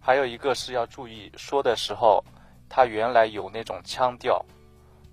还有一个是要注意说的时候，它原来有那种腔调，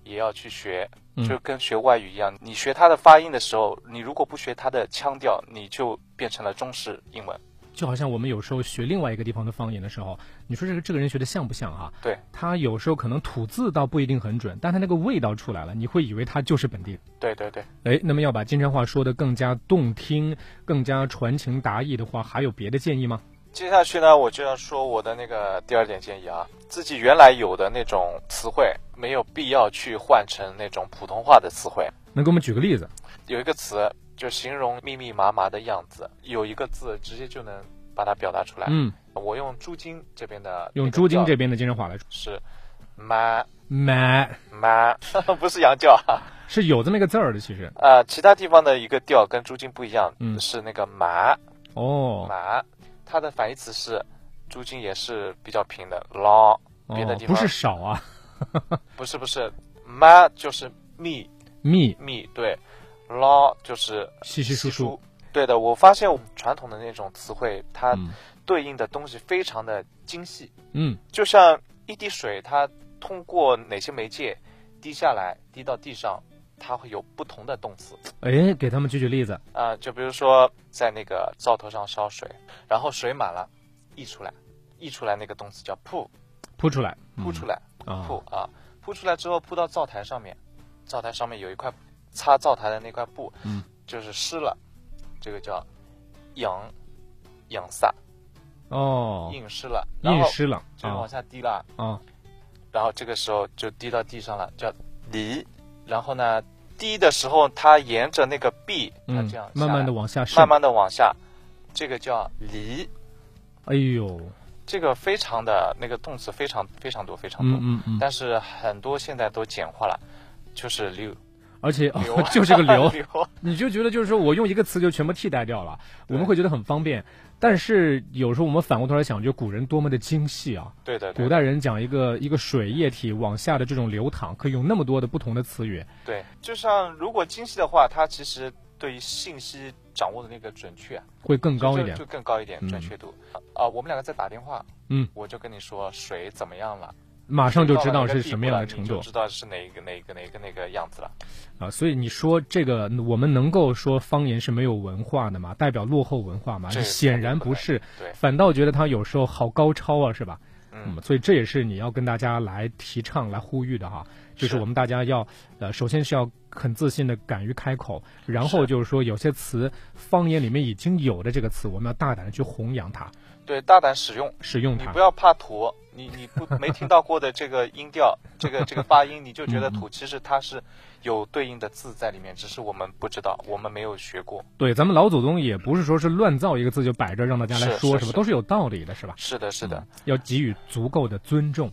也要去学，嗯就跟学外语一样，你学它的发音的时候，你如果不学它的腔调，你就变成了中式英文。就好像我们有时候学另外一个地方的方言的时候，你说这个这个人学的像不像啊？对，他有时候可能吐字倒不一定很准，但他那个味道出来了，你会以为他就是本地人。对对对，哎，那么要把金山话说得更加动听、更加传情达意的话，还有别的建议吗？接下去呢，我就要说我的那个第二点建议啊，自己原来有的那种词汇，没有必要去换成那种普通话的词汇。能给我们举个例子？有一个词就形容密密麻麻的样子，有一个字直接就能把它表达出来。嗯，我用朱金这边的，用朱金这边的金山话来说，是麻买麻， 不是羊叫 啊。是有这么一个字儿的，其实呃，其他地方的一个调跟朱金不一样，嗯是那个麻哦麻，它的反义词是朱金也是比较平的，long。别的哦地，方不是少啊，不是不是，麻就是密密密对，long 就是稀稀疏疏。。对的，我发现我们传统的那种词汇，它嗯对应的东西非常的精细，嗯就像一滴水，它通过哪些媒介滴下来，滴到地上，它会有不同的动词。哎，给他们举举例子。啊、就比如说在那个灶头上烧水，然后水满了，溢出来，溢出来那个动词叫扑，扑出来，扑出来来，啊扑，啊，扑出来之后扑到灶台上面，灶台上面有一块擦灶台的那块布，嗯就是湿了，这个叫影影撒，哦，硬湿了，然印后湿了就往啊下滴了，啊，然后这个时候就滴到地上了，叫滴。然后呢，滴的时候它沿着那个壁，它嗯这样，慢慢的往往下渗，慢慢的往下，这个叫离。哎呦，这个非常的那个动词非常非常多非常多，嗯嗯嗯，但是很多现在都简化了，就是流而且哦流啊 就是个流， 流。你就觉得就是说我用一个词就全部替代掉了，我对们会觉得很方便。但是有时候我们反过头来想，就古人多么的精细啊！对的，古对代人讲一个一个水液体往下的这种流淌，可以用那么多的不同的词语。对，就像如果精细的话，它其实对于信息掌握的那个准确啊会更高一就点就，更高一点嗯准确度。啊，我们两个在打电话，嗯，我就跟你说水怎么样了，马上就知道到了那是个什么样的地程步了度你就知道是哪一个哪一个哪一个那个样子了。啊！所以你说这个，我们能够说方言是没有文化的吗？代表落后文化吗？这个显然不是，对，反倒觉得它有时候好高超啊，是吧？嗯嗯，，所以这也是你要跟大家来提倡、来呼吁的哈，就是是我们大家要呃，首先是要很自信的敢于开口，然后是就是说有些词方言里面已经有的这个词，我们要大胆的去弘扬它、对，大胆使用，使用你它不。要怕土，你你不没听到过的这个音调，这个这个发音，你就觉得土，其实它是有对应的字在里面，只是我们不知道，我们没有学过。对，咱们老祖宗也不是说是乱造一个字就摆着让大家来是说是吧，嗯是嗯都是有道理的，是吧？是的，是的。嗯，要给予足够的尊重。